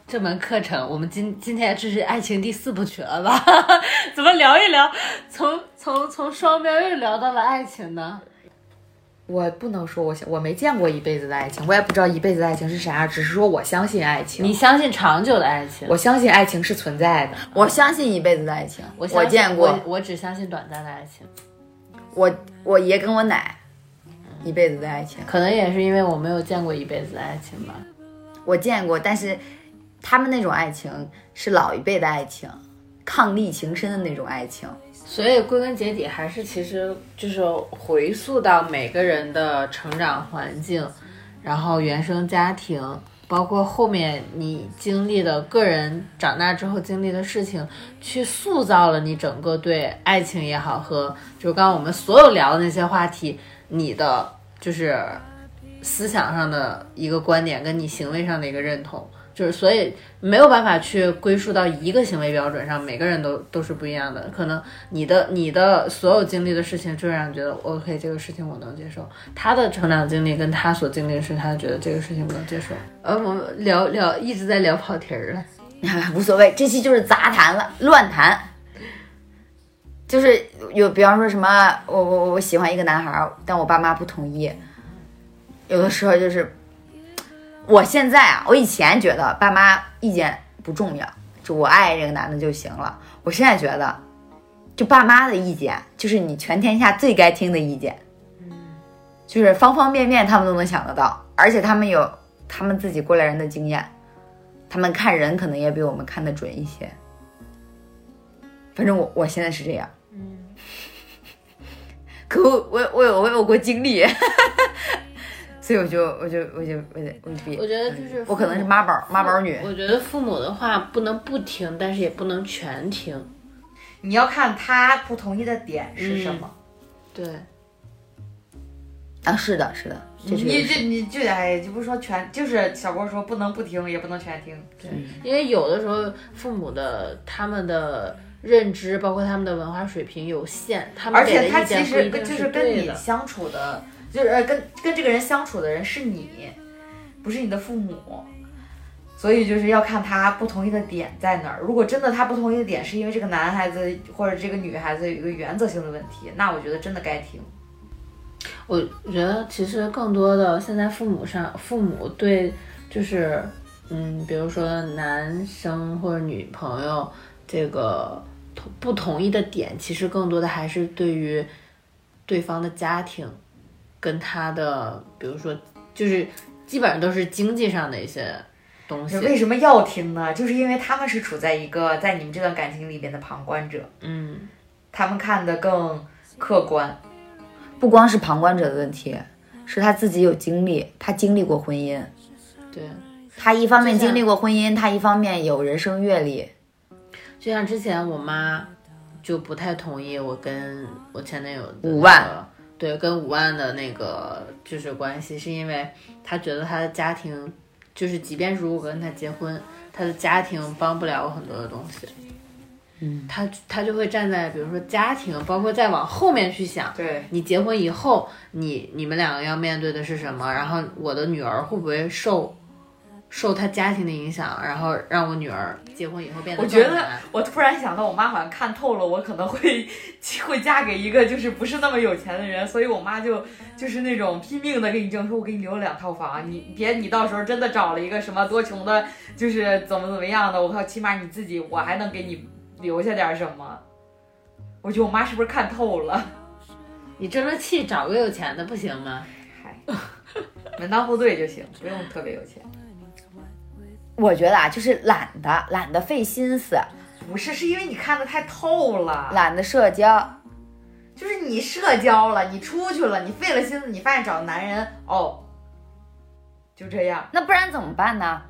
Speaker 3: 这门课程，我们今今天这是爱情第四部曲了吧？ (laughs) 怎么聊一聊，从从从双标又聊到了爱情呢？
Speaker 1: 我不能说我想，我没见过一辈子的爱情，我也不知道一辈子的爱情是啥样，只是说我相信爱情。
Speaker 3: 你相信长久的爱情？
Speaker 1: 我相信爱情是存在的。
Speaker 2: 我相信一辈子的爱情，我
Speaker 3: 相信
Speaker 2: 见过，
Speaker 3: 我，我只相信短暂的爱情。
Speaker 2: 我我爷跟我奶一辈子的爱情，
Speaker 3: 可能也是因为我没有见过一辈子的爱情吧。
Speaker 2: 我见过，但是他们那种爱情是老一辈的爱情，伉俪情深的那种爱情。
Speaker 3: 所以归根结底，还是其实就是回溯到每个人的成长环境，然后原生家庭，包括后面你经历的个人长大之后经历的事情，去塑造了你整个对爱情也好和就刚刚我们所有聊的那些话题，你的就是思想上的一个观点，跟你行为上的一个认同。就是所以没有办法去归属到一个行为标准上，每个人都都是不一样的。可能你的你的所有经历的事情，就让你觉得 OK，这个事情我能接受。他的成长经历跟他所经历的事，他觉得这个事情不能接受。呃，我们聊聊一直在聊跑题儿了。
Speaker 2: 无所谓，这期就是杂谈了，乱谈。就是有，比方说什么，我我我喜欢一个男孩儿，但我爸妈不同意。有的时候就是，我现在啊，我以前觉得爸妈意见不重要，就我爱这个男的就行了。我现在觉得，就爸妈的意见，就是你全天下最该听的意见，就是方方面面他们都能想得到，而且他们有他们自己过来人的经验。他们看人可能也比我们看得准一些。反正我我现在是这样，嗯。可我我我有我有过经历， (laughs) 所以我就我就我就我就我就比
Speaker 3: 我觉得就是
Speaker 2: 我可能是妈宝妈宝女，
Speaker 3: 我觉得父母的话不能不听，但是也不能全听。
Speaker 2: 你要看他不同意的点是什么、
Speaker 3: 对，
Speaker 2: 啊？是的，是的，
Speaker 3: 嗯
Speaker 2: 这是
Speaker 5: 你这你就哎，就不是说全，就是小郭说不能不听，也不能全听。
Speaker 3: 嗯因为有的时候父母的他们的认知，包括他们的文化水平有限，他们
Speaker 5: 而
Speaker 3: 给的
Speaker 5: 且他
Speaker 3: 意
Speaker 5: 其
Speaker 3: 见不一
Speaker 5: 实
Speaker 3: 定
Speaker 5: 跟就是跟
Speaker 3: 对
Speaker 5: 你
Speaker 3: 的。
Speaker 5: 相处的，就是呃跟跟这个人相处的人是你，不是你的父母，所以就是要看他不同意的点在哪儿。如果真的他不同意的点是因为这个男孩子或者这个女孩子有一个原则性的问题，那我觉得真的该听。
Speaker 3: 我觉得其实更多的现在父母上，父母对就是嗯，比如说男生或者女朋友这个同不同意的点，其实更多的还是对于对方的家庭跟他的，比如说就是基本上都是经济上的一些东西。
Speaker 5: 为什么要听呢？就是因为他们是处在一个在你们这段感情里边的旁观者，
Speaker 3: 嗯，
Speaker 5: 他们看得更客观。
Speaker 2: 不光是旁观者的问题，是他自己有经历，他经历过婚姻，
Speaker 3: 对。
Speaker 2: 他一方面
Speaker 3: 就
Speaker 2: 经
Speaker 3: 像
Speaker 2: 历过婚姻，他一方面有人生阅历，
Speaker 3: 就像之前我妈就不太同意我跟我前男友的那个
Speaker 2: 五万，
Speaker 3: 对，跟五万的那个就是关系，是因为她觉得她的家庭，就是即便如果跟他结婚，他的家庭帮不了我很多的东西。嗯，他他就会站在比如说家庭，包括再往后面去想，
Speaker 5: 对，
Speaker 3: 你结婚以后，你你们两个要面对的是什么？然后我的女儿会不会受受她家庭的影响，然后让我女儿结婚以后变得
Speaker 5: 我觉
Speaker 3: 更
Speaker 5: 得
Speaker 3: 难
Speaker 5: 我突然想到，我妈好像看透了，我可能会 (laughs) 会嫁给一个就是不是那么有钱的人，所以我妈就就是那种拼命的跟你争，说我给你留两套房，你别你到时候真的找了一个什么多穷的，就是怎么怎么样的，我靠，起码你自己我还能给你留下点什么。我觉得我妈是不是看透了？
Speaker 3: 你争争气找个有钱的不行吗？
Speaker 1: 门当户对就行，不用特别有钱。
Speaker 2: 我觉得啊，就是懒得，懒得费心思，
Speaker 1: 不是，是因为你看的太透了，
Speaker 2: 懒得社交。
Speaker 1: 就是你社交了，你出去了，你费了心思，你发现找男人哦，就这样，
Speaker 2: 那不然怎么办呢？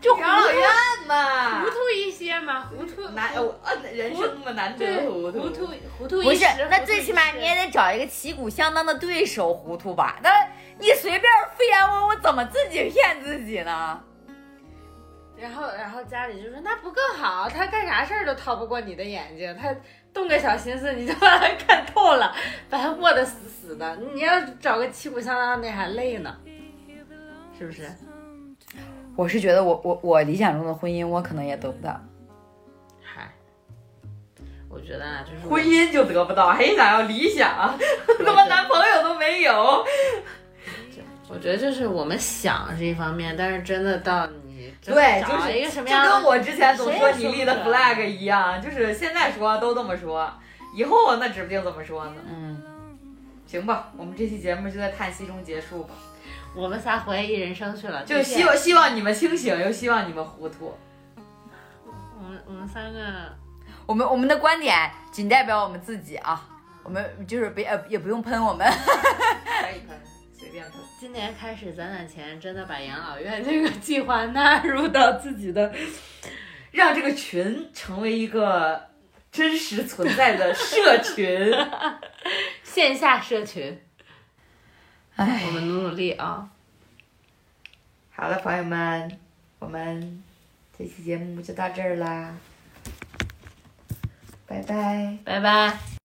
Speaker 1: 就养老院嘛
Speaker 3: 糊，涂一些嘛，糊涂
Speaker 1: 难我呃人生嘛难
Speaker 3: 对
Speaker 1: 得糊
Speaker 3: 糊
Speaker 1: 涂，
Speaker 3: 涂糊涂
Speaker 2: 不
Speaker 3: 一
Speaker 2: 是
Speaker 3: 时，
Speaker 2: 那最起码你也得找一个旗鼓相当的对手糊涂吧？那你随便敷衍我，我怎么自己骗自己呢？
Speaker 3: 然后，然后家里就说那不更好？他干啥事儿都逃不过你的眼睛，他动个小心思你就 (laughs) 把他看透了，把他握得死死的。你要找个旗鼓相当的还累呢，是不是？
Speaker 2: 我是觉得我我我理想中的婚姻，我可能也得不到。
Speaker 3: 嗨，我觉得啊，就是我
Speaker 1: 婚姻就得不到，还想要理 (laughs) 想，啊他妈男朋友都没有，
Speaker 3: 我觉得就是我们想是一方面，但是真的到你真的
Speaker 1: 对，
Speaker 3: 找
Speaker 1: 就是
Speaker 3: 一个什么
Speaker 1: 就
Speaker 3: 样
Speaker 1: 跟
Speaker 3: 的，
Speaker 1: 我之前总说你
Speaker 3: 谁也
Speaker 1: 立的
Speaker 3: 说不准
Speaker 1: flag 一样，就是现在说都这么说，以后那指不定怎么说呢。
Speaker 2: 嗯，
Speaker 1: 行吧，我们这期节目就在叹息中结束吧。
Speaker 3: 我们仨怀疑人生去了，
Speaker 1: 就希望希望你们清醒，又希望你们糊涂。
Speaker 3: 我们我们三个
Speaker 2: 我们我们的观点仅代表我们自己啊，我们就是别呃也不用喷我们。
Speaker 1: 可以喷， (laughs) 随便喷。
Speaker 3: 今年开始攒攒钱，真的把养老院这个计划纳入到自己的
Speaker 1: 让这个群成为一个真实存在的社群。
Speaker 3: 线下社群，
Speaker 2: 哎
Speaker 3: 我，们努努力啊！
Speaker 1: 好了，朋友们，我们这期节目就到这儿啦，拜拜。
Speaker 3: 拜拜。